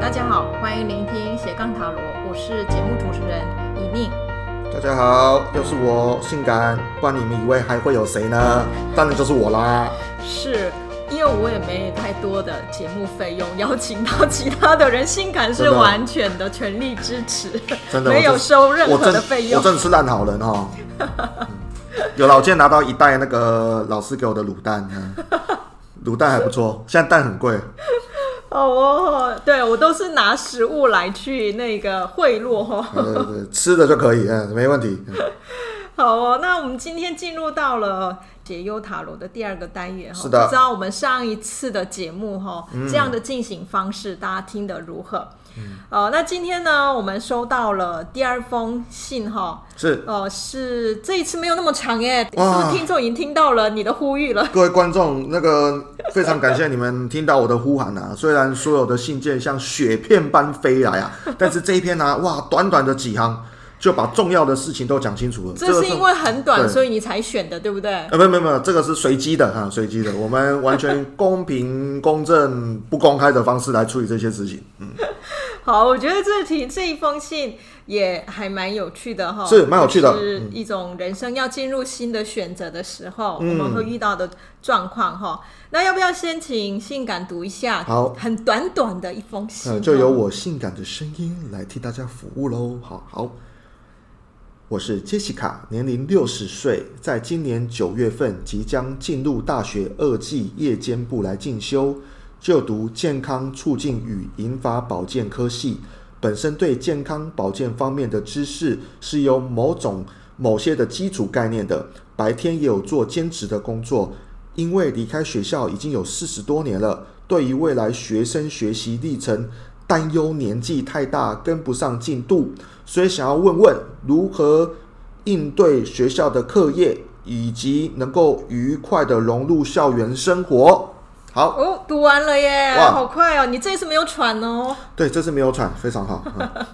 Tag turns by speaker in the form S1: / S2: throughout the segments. S1: 大家好，欢迎聆听斜杠塔罗，我是节目主持人以宁。
S2: 大家好，又是我，性感。不然你们以为还会有谁呢？当然就是我啦。
S1: 是因为我也没太多的节目费用，邀请到其他的人，性感是
S2: 真的
S1: 完全的全力支持，
S2: 真的，
S1: 没有
S2: 我真
S1: 收任
S2: 我
S1: 何
S2: 真
S1: 的费
S2: 我
S1: 用。
S2: 真的是烂好人 哦。嗯有老健拿到一袋那个老师给我的卤蛋，嗯卤蛋还不错，现在蛋很贵。
S1: 哦，我对我都是拿食物来去那个贿赂哦。
S2: 呃，对吃的就可以，嗯，没问题。嗯
S1: 好哦，那我们今天进入到了解忧塔罗的第二个单元哈。
S2: 是的嗯
S1: 不知道我们上一次的节目哈，这样的进行方式大家听得如何？呃，那今天呢，我们收到了第二封信哈，
S2: 是
S1: 呃，是这一次没有那么长耶，是
S2: 哇
S1: 不是听众已经听到了你的呼吁了？
S2: 各位观众，那个非常感谢你们听到我的呼喊啊！ 虽然所有的信件像雪片般飞来啊， 但是这一篇呢、哇，短短的几行就把重要的事情都讲清楚了。
S1: 这
S2: 个
S1: 是因为很短，
S2: 对
S1: 所以你才选的，对不对？
S2: 呃，没有没有没有，这个是随机的哈，随机的，我们完全公平、公正、不公开的方式来处理这些事情，
S1: 好，我觉得这题这一封信也还蛮有趣的哈，
S2: 是蛮有趣的嗯
S1: 就是一种人生要进入新的选择的时候，我们会遇到的状况哈。那要不要先请性感读一下？
S2: 好
S1: 很短短的一封信哦、
S2: 呃，就由我性感的声音来替大家服务喽。好好，我是杰西卡，年龄六十岁，在今年九月份即将进入大学二技夜间部来进修，就读健康促进与引发保健科系。本身对健康保健方面的知识是有某种某些的基础概念的，白天也有做兼职的工作。因为离开学校已经有四十多年了，对于未来学生学习历程担忧年纪太大跟不上进度，所以想要问问如何应对学校的课业，以及能够愉快的融入校园生活。好，
S1: 哦，读完了耶，
S2: 哇
S1: 好快哦！你这次没有喘哦。
S2: 对，这次没有喘，非常好。嗯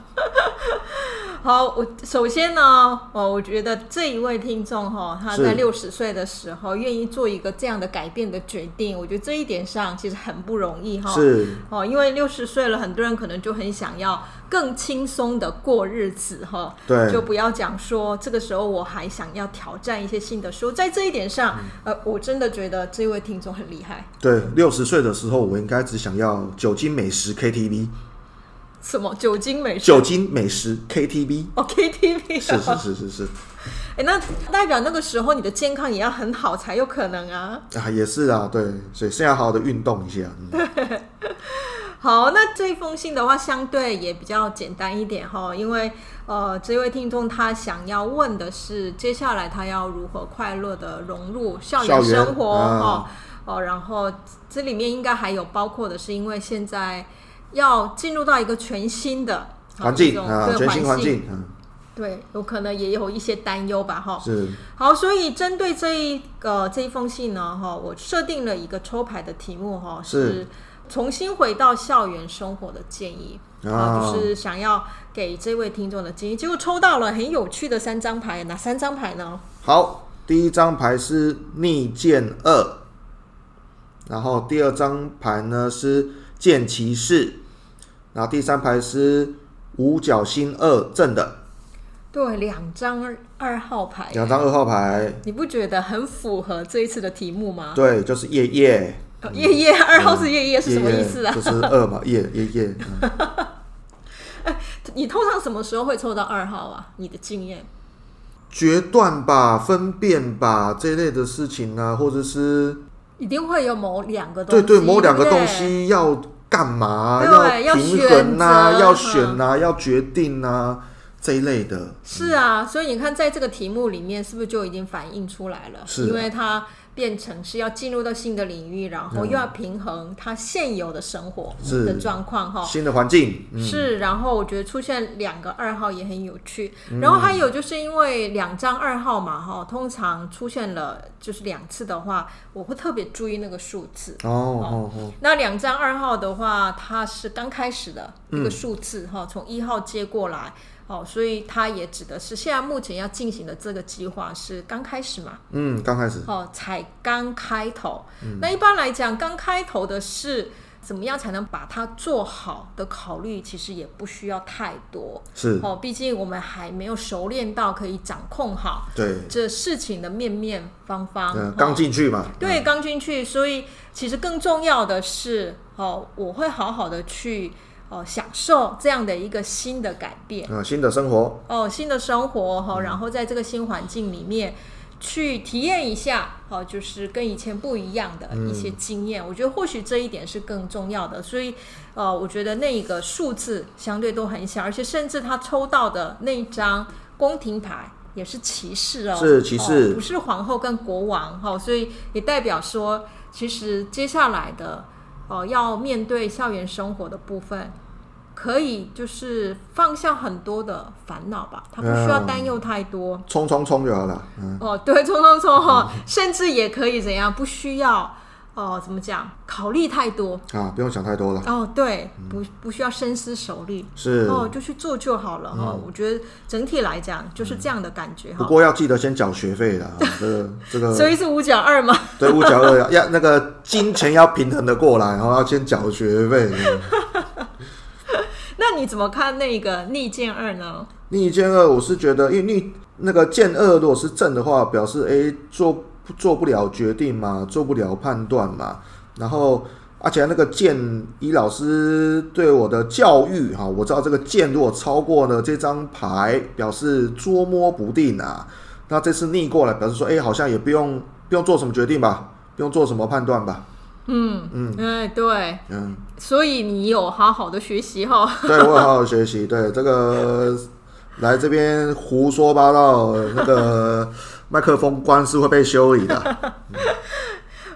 S1: 好，我首先呢，哦，我觉得这一位听众哈、他
S2: 是
S1: 在六十岁的时候愿意做一个这样的改变的决定，我觉得这一点上其实很不容易哈、
S2: 是，
S1: 哦，因为六十岁了，很多人可能就很想要更轻松的过日子哈。
S2: 对
S1: 就不要讲说这个时候我还想要挑战一些新的书，在这一点上，
S2: 嗯
S1: 呃，我真的觉得这位听众很厉害。
S2: 对，六十岁的时候，我应该只想要酒精、美食、KTV，
S1: 什么酒精美食
S2: 酒精、美食、KTV，
S1: 哦，KTV
S2: 是
S1: 哦
S2: 是是是是。
S1: 哎，那代表那个时候你的健康也要很好才有可能啊。
S2: 啊，也是啊，对，所以现在好好的运动一下。嗯、
S1: 好，那这封信的话，相对也比较简单一点哈，因为呃，这位听众他想要问的是，接下来他要如何快乐的融入校园
S2: 校园
S1: 生活哦
S2: 啊
S1: 哦，然后这里面应该还有包括的是，因为现在要进入到一个全新的啊
S2: 环
S1: 一
S2: 境
S1: 种
S2: 啊，
S1: 对
S2: 全新环
S1: 环
S2: 境，嗯，
S1: 对，有可能也有一些担忧吧哈。
S2: 是
S1: 好，所以针对这一呃这一封信呢，哈，我设定了一个抽牌的题目哈，
S2: 是
S1: 重新回到校园生活的建议啊，
S2: 啊
S1: 就是想要给这位听众的建议。结果抽到了很有趣的三张牌，哪三张牌呢？
S2: 好。第一张牌是逆剑二，然后第二张牌呢是剑骑士，然后第三牌是五角星二正的
S1: 对，两张二二号牌，
S2: 两张二号牌，
S1: 你不觉得很符合这一次的题目吗？
S2: 对，就是夜夜。
S1: 呃夜夜二号是夜夜是什么
S2: 夜
S1: 意
S2: 夜
S1: 思啊？
S2: 就是二嘛，夜夜夜。嗯
S1: 你通常什么时候会抽到二号啊？你的经验？
S2: 决断吧，分辨吧，这类的事情啊，或者是
S1: 一定会有某两个东
S2: 对
S1: 西，
S2: 对，某两个
S1: 不对
S2: 东西要干嘛？
S1: 对要
S2: 平衡呐、
S1: 选择嗯
S2: 要选呐、要决定呐、这一类的。
S1: 是啊，所以你看，在这个题目里面，是不是就已经反映出来了？
S2: 是啊
S1: 因为它变成是要进入到新的领域，然后又要平衡它现有的生活
S2: 嗯是
S1: 的状况哈。
S2: 新的环境，嗯，
S1: 是，然后我觉得出现两个二号也很有趣，
S2: 嗯
S1: 然后还有就是因为两张二号嘛哈，通常出现了就是两次的话，我会特别注意那个数字。
S2: 哦哦哦，
S1: 那两张二号的话，它是刚开始的一个数字哈，从一号接过来哦，所以它也指的是现在目前要进行的这个计划是刚开始嘛，
S2: 嗯，刚开始
S1: 哦，才刚开头。那一般来讲，刚开头的事怎么样才能把它做好的考虑，其实也不需要太多
S2: 是，
S1: 哦，毕竟我们还没有熟练到可以掌控好
S2: 对，
S1: 这事情的面面方方。
S2: 嗯，
S1: 哦
S2: 刚进去嘛，
S1: 对，刚进去，所以其实更重要的是，哦，我会好好的去哦享受这样的一个新的改变，
S2: 嗯，新的生活，
S1: 哦，新的生活
S2: 嗯
S1: 哈、哦，然后在这个新环境里面去体验一下，哦，就是跟以前不一样的
S2: 嗯
S1: 一些经验，我觉得或许这一点是更重要的，所以呃，我觉得那个数字相对都很小，而且甚至他抽到的那一张宫廷牌。也是骑士哦，
S2: 是骑士
S1: 哦不是皇后跟国王哈、哦，所以也代表说，其实接下来的哦，要面对校园生活的部分，可以就是放下很多的烦恼
S2: 嗯
S1: 吧，他不需要担忧太多。
S2: 冲冲冲就好了，嗯，
S1: 哦，对， 冲冲冲哈，甚至也可以怎样，不需要哦，怎么讲，考虑太多。
S2: 啊，不用想太多了，
S1: 哦，对，不不需要深思熟虑，
S2: 嗯是。嗯
S1: 哦，就去做就好了哈、哦。我觉得整体来讲就是这样的感觉
S2: 不
S1: 哈、
S2: 过要记得先缴学费 啦，啊这个这个
S1: 所以是五角二嘛，
S2: 对，五角二要要那个金钱要平衡的过来，然后要先缴学费。嗯
S1: 那你怎么看那个逆剑二呢？
S2: 逆剑二，我是觉得，因为逆那个剑二如果是正的话，表示诶做做不了决定嘛，做不了判断嘛。然后，而且那个剑以老师对我的教育哈，我知道这个剑如果超过了这张牌，表示捉摸不定啊。那这次逆过来，表示说，诶，好像也不用不用做什么决定吧，不用做什么判断吧。
S1: 嗯嗯，哎对，
S2: 嗯，
S1: 所以你有好好的学习哦哈、
S2: 对，我有好好学习。对 这个来这边胡说八道，那个麦克风关是会被修 理的。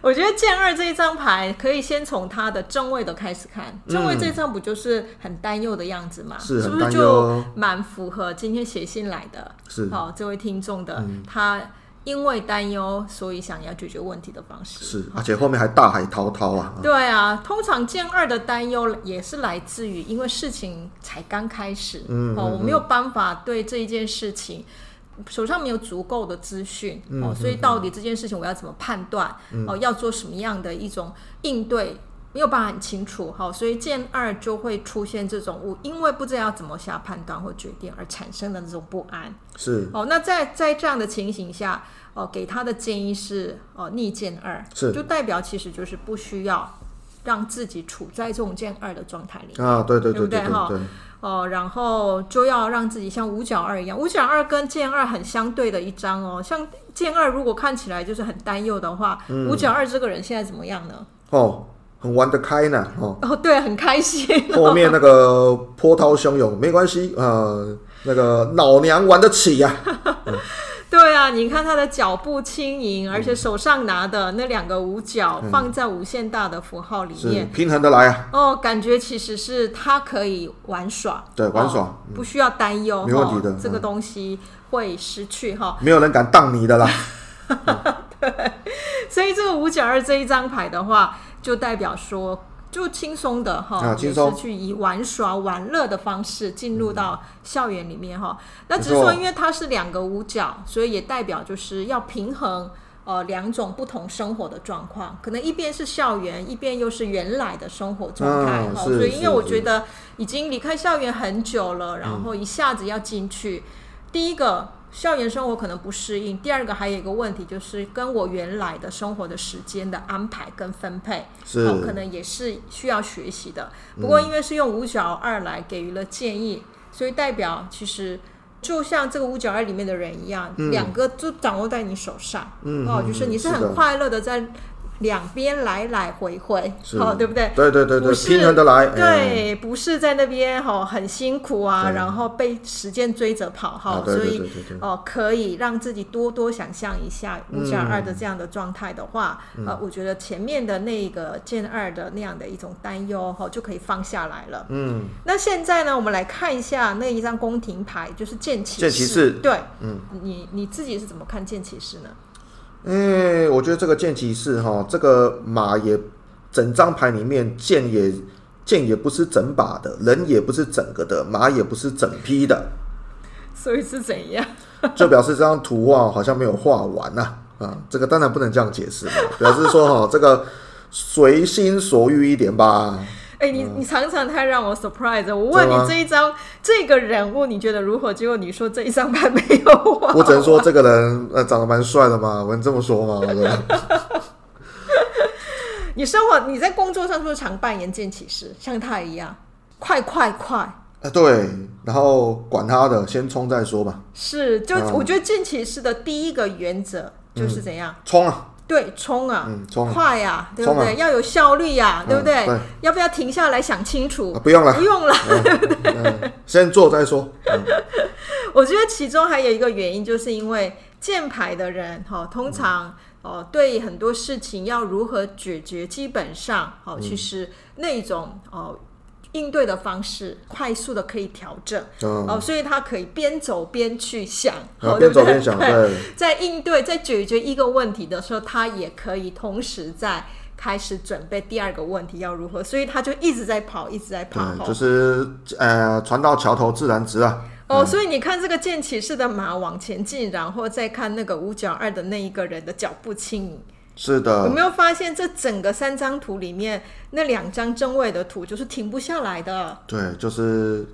S1: 我觉得剑二这一张牌可以先从它的正位的开始看，正位这张不就是很担忧的样子吗？
S2: 嗯是
S1: 不
S2: 很
S1: 是
S2: 担忧
S1: 就蛮符合今天写信来的？
S2: 是嗯
S1: 好、这位听众的、他因为担忧，所以想要解决问题的方式。
S2: 是，而且后面还大海滔滔啊。
S1: 对啊，通常剑二的担忧也是来自于，因为事情才刚开始，
S2: 嗯
S1: 哦，我没有办法对这一件事情。手上没有足够的资讯、
S2: 嗯
S1: 哦，所以到底这件事情我要怎么判断？哦，要做什么样的一种应对，没有办法很清楚。好、所以剑二就会出现这种我因为不知道怎么下判断或决定而产生的那种不安。
S2: 是
S1: 哦，那在在这样的情形下，哦，给他的建议是哦逆剑二，
S2: 是
S1: 就代表其实就是不需要让自己处在这种剑二的状态里。
S2: 啊，对对
S1: 对不
S2: 对
S1: 对
S2: 对
S1: 哈
S2: 对对，
S1: 哦，然后就要让自己像五角二一样，五角二跟剑二很相对的一张哦。像剑二如果看起来就是很担忧的话，
S2: 嗯
S1: 五角二这个人现在怎么样呢？
S2: 哦，很玩得开呢哦。
S1: 哦，对，很开心。
S2: 后面那个波涛汹涌没关系，呃，那个老娘玩得起呀、
S1: 对啊，你看他的脚步轻盈，
S2: 嗯
S1: 而且手上拿的那两个五角放在无限大的符号里
S2: 是
S1: 面，
S2: 平衡的来啊，
S1: 哦，感觉其实是他可以玩耍，
S2: 对玩耍嗯
S1: 哦不需要担忧，
S2: 没问题的嗯
S1: 哦这个东西会失去哈、
S2: 没有人敢当你的啦。
S1: 所以这个五九二这一张牌的话，就代表说。就轻松的哈，
S2: 啊
S1: 也
S2: 轻松
S1: 是去以玩耍、玩乐的方式进入到校园里面哈。那只是
S2: 嗯没
S1: 说，
S2: 错
S1: 因为它是两个五角，所以也代表就是要平衡呃两种不同生活的状况，可能一边是校园，一边又是原来的生活状态
S2: 嗯
S1: 哈。
S2: 是
S1: 所以，因为
S2: 是
S1: 我
S2: 是
S1: 觉得已经离开校园很久
S2: 嗯
S1: 了，然后一下子要进去，第一个校园生活可能不适应，第二个还有一个问题就是跟我原来的生活的时间的安排跟分配，
S2: 是
S1: 哦，可能也是需要学习的。不过因为是用五角二来给予了建议，所以代表其实。就像这个五角二里面的人一样，两个就掌握在你手上，
S2: 嗯
S1: 哦，
S2: 嗯
S1: 就是
S2: 嗯
S1: 你是
S2: 是
S1: 很
S2: 的
S1: 快乐的在两边来来回回，
S2: 是
S1: 哦，对不对？
S2: 对对对对
S1: 不，是
S2: 平衡的来。哎
S1: 对，不是在那边哈、哦、很辛苦啊，
S2: 对
S1: 然后被时间追着跑哈、
S2: 啊对对
S1: 所
S2: 对
S1: 以
S2: 对对
S1: 哦可以让自己多多想象一下五加二的这样的状态的话，
S2: 嗯
S1: 呃，我觉得前面的那个剑二的那样的一种担忧哈、哦、就可以放下来了。
S2: 嗯，
S1: 那现在呢，我们来看一下那一张宫廷牌，就是剑骑士。
S2: 剑骑士
S1: 对，
S2: 嗯，
S1: 你你自己是怎么看剑骑士呢？
S2: 哎、我觉得这个剑骑士哈，这个马也整张牌里面剑也剑也不是整把的，人也不是整个的，马也不是整批的，
S1: 所以是怎样？
S2: 就表示这张图啊好像没有画完呐啊这个当然不能这样解释嘛，表示说哈这个随心所欲一点吧。
S1: 哎、你
S2: 嗯
S1: 你常常太让我 surprise 了。我问
S2: 真的吗
S1: 你这一张这个人物你觉得如何？结果你说这一张牌没有啊我。
S2: 我只能说这个人呃长得蛮帅的嘛，我能这么说吗？对吧？
S1: 你生活你在工作上是不是常扮演见起事，像他一样，快快快！
S2: 啊，对，然后管他的，先冲再说吧，
S1: 是，就、
S2: 嗯
S1: 我觉得见起事的第一个原则就是怎样？
S2: 冲啊！
S1: 对，冲啊，
S2: 嗯冲啊
S1: 快呀、对不
S2: 冲啊
S1: 对？要有效率呀、
S2: 嗯
S1: 对不对？
S2: 对
S1: 要不要停下来想清楚？
S2: 啊不用了
S1: 不用了。
S2: 嗯，先做再说。嗯
S1: 我觉得其中还有一个原因，就是因为箭牌的人哈、哦，
S2: 嗯
S1: 通常哦，对很多事情要如何解决，基本上哦，
S2: 嗯
S1: 其实那种哦应对的方式，快速的可以调整。
S2: 嗯，
S1: 哦，所以他可以边走边去想，
S2: 然
S1: 哦
S2: 后呃边走
S1: 对不对
S2: 边 想，
S1: 对
S2: 对，哎
S1: 在应对、在解决一个问题的时候，他也可以同时在开始准备第二个问题要如何，所以他就一直在跑，一直在跑。
S2: 对，
S1: 哦
S2: 就是呃，船到桥头自然直啊。
S1: 哦，所以你看这个剑骑士的马往前进，然后再看那个五角二的那一个人的脚步轻盈，
S2: 是
S1: 有
S2: 的，
S1: 没有发现这整个三张图里面那两张正位的图就是停不下来的？
S2: 对，就是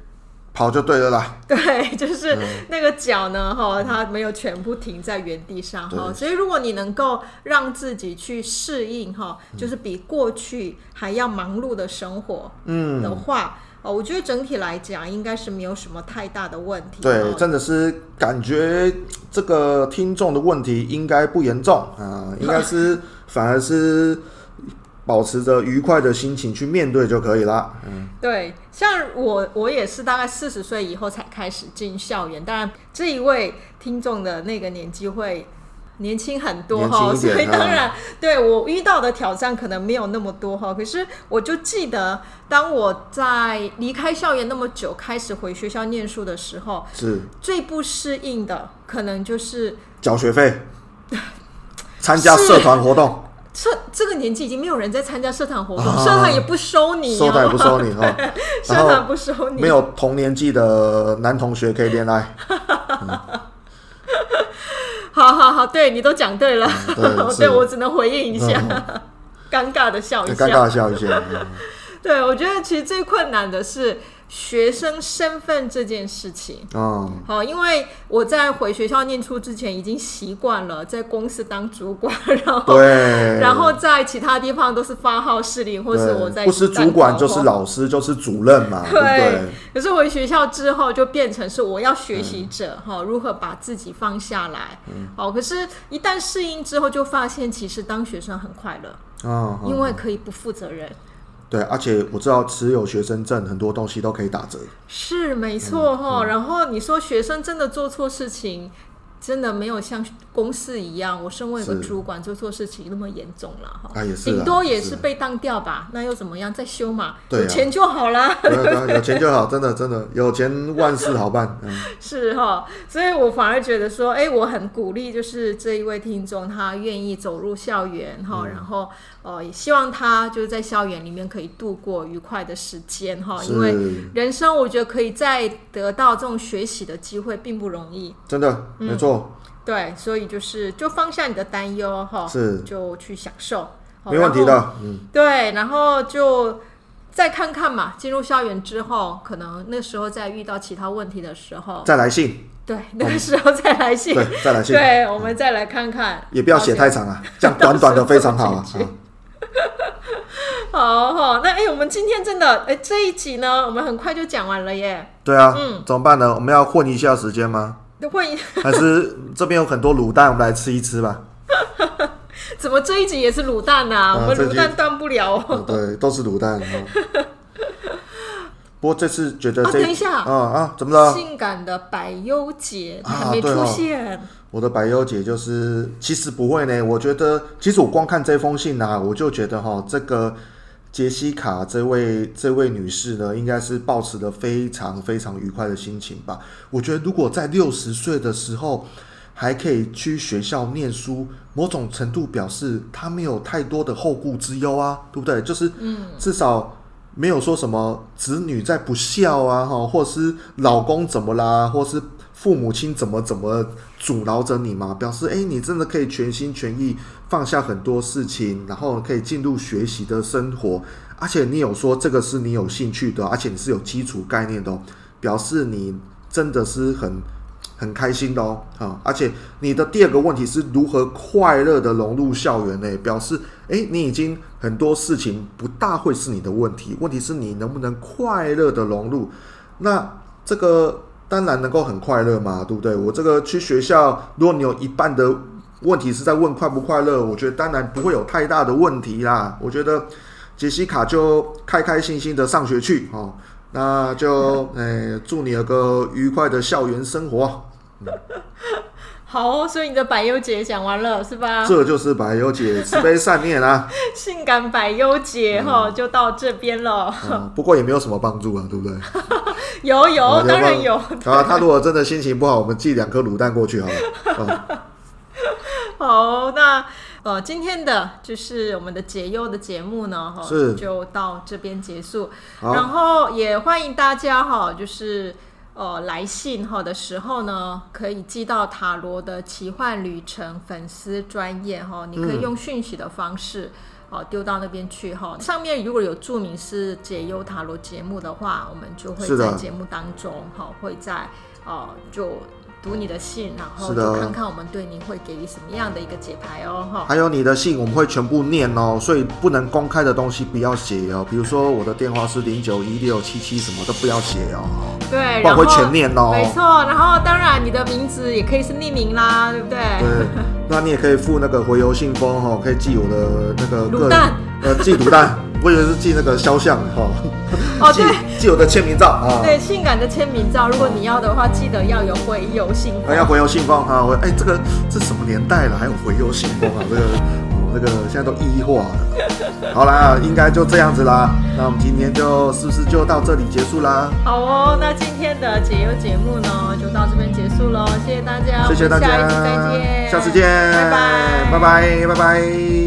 S2: 跑就对了啦。
S1: 对， 就是那个脚呢，哈、它没有全部停在原地上哈，
S2: 对
S1: 所以如果你能够让自己去适应哈，就是比过去还要忙碌的生活
S2: 嗯，
S1: 的话，哦，我觉得整体来讲应该是没有什么太大的问题。
S2: 对，
S1: 哦
S2: 真的是感觉这个听众的问题应该不严重啊， 应该是反而是保持着愉快的心情去面对就可以啦。嗯，
S1: 对，像我，我也是大概四十岁以后才开始进校园。当然，这一位听众的那个年纪会年轻很多
S2: 年轻
S1: 哈，
S2: 一
S1: 所
S2: 点
S1: 以当
S2: 啊
S1: 然，对我遇到的挑战可能没有那么多哈。可是我就记得，当我在离开校园那么久，开始回学校念书的时候，
S2: 是
S1: 最不适应的可能就是
S2: 缴学 费，参加社团活动，
S1: 这这个年纪已经没有人在参加社团活动，
S2: 啊
S1: 社团也不收你、哦，
S2: 收的也不收 你哈，
S1: 社
S2: 然
S1: 团
S2: 后
S1: 不收你，
S2: 没有同年纪的男同学可以恋爱，
S1: 好好好，对你都讲对了，
S2: 嗯对
S1: 对
S2: 是嗯
S1: 我只能回应一下， 尴尬的笑一
S2: 尴尬
S1: 下。
S2: 的笑一下。 嗯
S1: 对，我觉得其实最困难的是学生身份这件事情。
S2: 嗯，
S1: 好，因为我在回学校念书之前已经习惯了在公司当主管，然后
S2: 对，
S1: 然后在其他地方都是发号施令，或是
S2: 对
S1: 我在哦
S2: 不是
S1: 当
S2: 主管
S1: 高
S2: 就是
S1: 峰
S2: 老师就是主任嘛，对不
S1: 对
S2: 对？，
S1: 可是回学校之后就变成是我要学习者
S2: 嗯
S1: 哈、如何把自己放下来。哦，可是，一旦适应之后，就发现其实当学生很快乐，
S2: 嗯，嗯
S1: 因为可以不负责任。
S2: 对，而且我知道持有学生证很多东西都可以打折，
S1: 是没
S2: 嗯
S1: 错哈、然后你说学生真的做错事情，真的没有像公司一样，我身为一个
S2: 是
S1: 主管做错事情那么严重了哈。
S2: 啊也是啊
S1: 顶多也
S2: 是
S1: 是被当掉吧，那又怎么样？再修嘛，
S2: 对啊
S1: 有钱就好啦。
S2: 对对有钱就好，真的真的有钱万事好办。嗯，
S1: 是哈、所以我反而觉得说，哎、我很鼓励，就是这一位听众他愿意走入校园哈、
S2: 嗯
S1: 然后呃，也希望他就是在校园里面可以度过愉快的时间哈、因为
S2: 是
S1: 人生我觉得可以再得到这种学习的机会并不容易，
S2: 真的
S1: 嗯
S2: 没错，
S1: 对，所以就是就放下你的担忧哈，
S2: 是
S1: 就去享受，哦
S2: 没问题。
S1: 然后
S2: 的。嗯，
S1: 对，然后就再看看嘛，进入校园之后，可能那时候再遇到其他问题的时候，
S2: 再 来信，
S1: 对，那个时候再来信。
S2: 哦对，再来信，
S1: 对，我们再来看看。
S2: 也不要写太长啊，这样短短的非常好啊。啊
S1: 好好，那哎、我们今天真的哎、这一集呢，我们很快就讲完了耶。
S2: 对啊，
S1: 嗯
S2: 怎么办呢？我们要混一下时间吗？
S1: 会
S2: 还是这边有很多卤蛋，我们来吃一吃吧？
S1: 怎么这一集也是卤蛋啊？
S2: 啊
S1: 我们
S2: 这集
S1: 卤蛋断不了哦。
S2: 嗯对，都是卤蛋。嗯不过这次觉得
S1: 啊
S2: 这
S1: 等一下
S2: 啊啊，怎么了？
S1: 性感的百忧解
S2: 啊
S1: 还没
S2: 对哦
S1: 出现，
S2: 我的百优姐就是，其实不会呢。我觉得，其实我光看这封信啊，我就觉得哈，这个杰西卡这位这位女士呢，应该是抱持的非常非常愉快的心情吧。我觉得，如果在六十岁的时候还可以去学校念书，某种程度表示她没有太多的后顾之忧啊，对不对？就是，
S1: 嗯
S2: 至少。没有说什么子女在不孝啊，哈，或是老公怎么啦，或是父母亲怎么怎么阻挠着你吗？表示诶，你真的可以全心全意放下很多事情，然后可以进入学习的生活，而且你有说这个是你有兴趣的，而且你是有基础概念的、哦，表示你真的是很很开心的哦啊、而且你的第二个问题是如何快乐的融入校园呢？表示诶，你已经很多事情不大会是你的问题，问题是你能不能快乐的融入。那这个当然能够很快乐嘛，对不对？我这个去学校，如果你有一半的问题是在问快不快乐，我觉得当然不会有太大的问题啦。我觉得杰西卡就开开心心的上学去哦，那就呃祝你有个愉快的校园生活。啊
S1: 好哦，所以你的百优姐讲完了是吧？
S2: 这就是百优姐慈悲善念啊 啦、
S1: 性感百优姐哈、就到这边了。
S2: 嗯不过也没有什么帮助啊，对不对？
S1: 有有，
S2: 我
S1: 哦
S2: 们就
S1: 当然
S2: 帮
S1: 有。
S2: 啊，他如果真的心情不好，我们寄两颗卤蛋过去好了。啊
S1: 好，那呃，今天的就是我们的解忧的节目呢，哈，
S2: 是
S1: 就到这边结束。
S2: 好
S1: 然后也欢迎大家哈，就是呃来信哈的时候呢，可以寄到塔罗的奇幻旅程粉丝专业
S2: 嗯
S1: 哈，你可以用讯息的方式。哦，丢到那边去哈。上面如果有注明是解忧塔罗节目的话，我们就会
S2: 是的
S1: 在节目当中哈，会在哦、就读你的信，然后
S2: 是的
S1: 就看看我们对您会给予什么样的一个解牌哦哈。
S2: 还有你的信我们会全部念哦，所以不能公开的东西不要写哦，比如说我的电话是零九一六七七什么都不要写哦，
S1: 对，
S2: 不
S1: 然
S2: 然
S1: 后
S2: 会全念哦。
S1: 没错，然后当然你的名字也可以是匿名啦，对不对？
S2: 对，那你也可以附那个回邮信封哦，可以寄我的那个个
S1: 卤蛋
S2: 呃寄卤蛋，我以为是寄那个肖像哈、哦，
S1: 哦
S2: 寄
S1: 对
S2: 寄我的签名照啊，
S1: 对，性感的签名照，如果你要的话，记得要有回邮信封。
S2: 还要回邮信封哈，我哎这个这什么年代了，还有回邮信封啊，这个。哦这个现在都异化了，好啦，应该就这样子啦。那我们今天就是不是就到这里结束啦？
S1: 好哦，那今天的解忧节目呢，就到这边结束喽，谢谢大家，
S2: 谢谢大
S1: 我
S2: 家
S1: 们下一期再见，
S2: 下次见，
S1: 拜拜，
S2: 拜。拜，拜拜。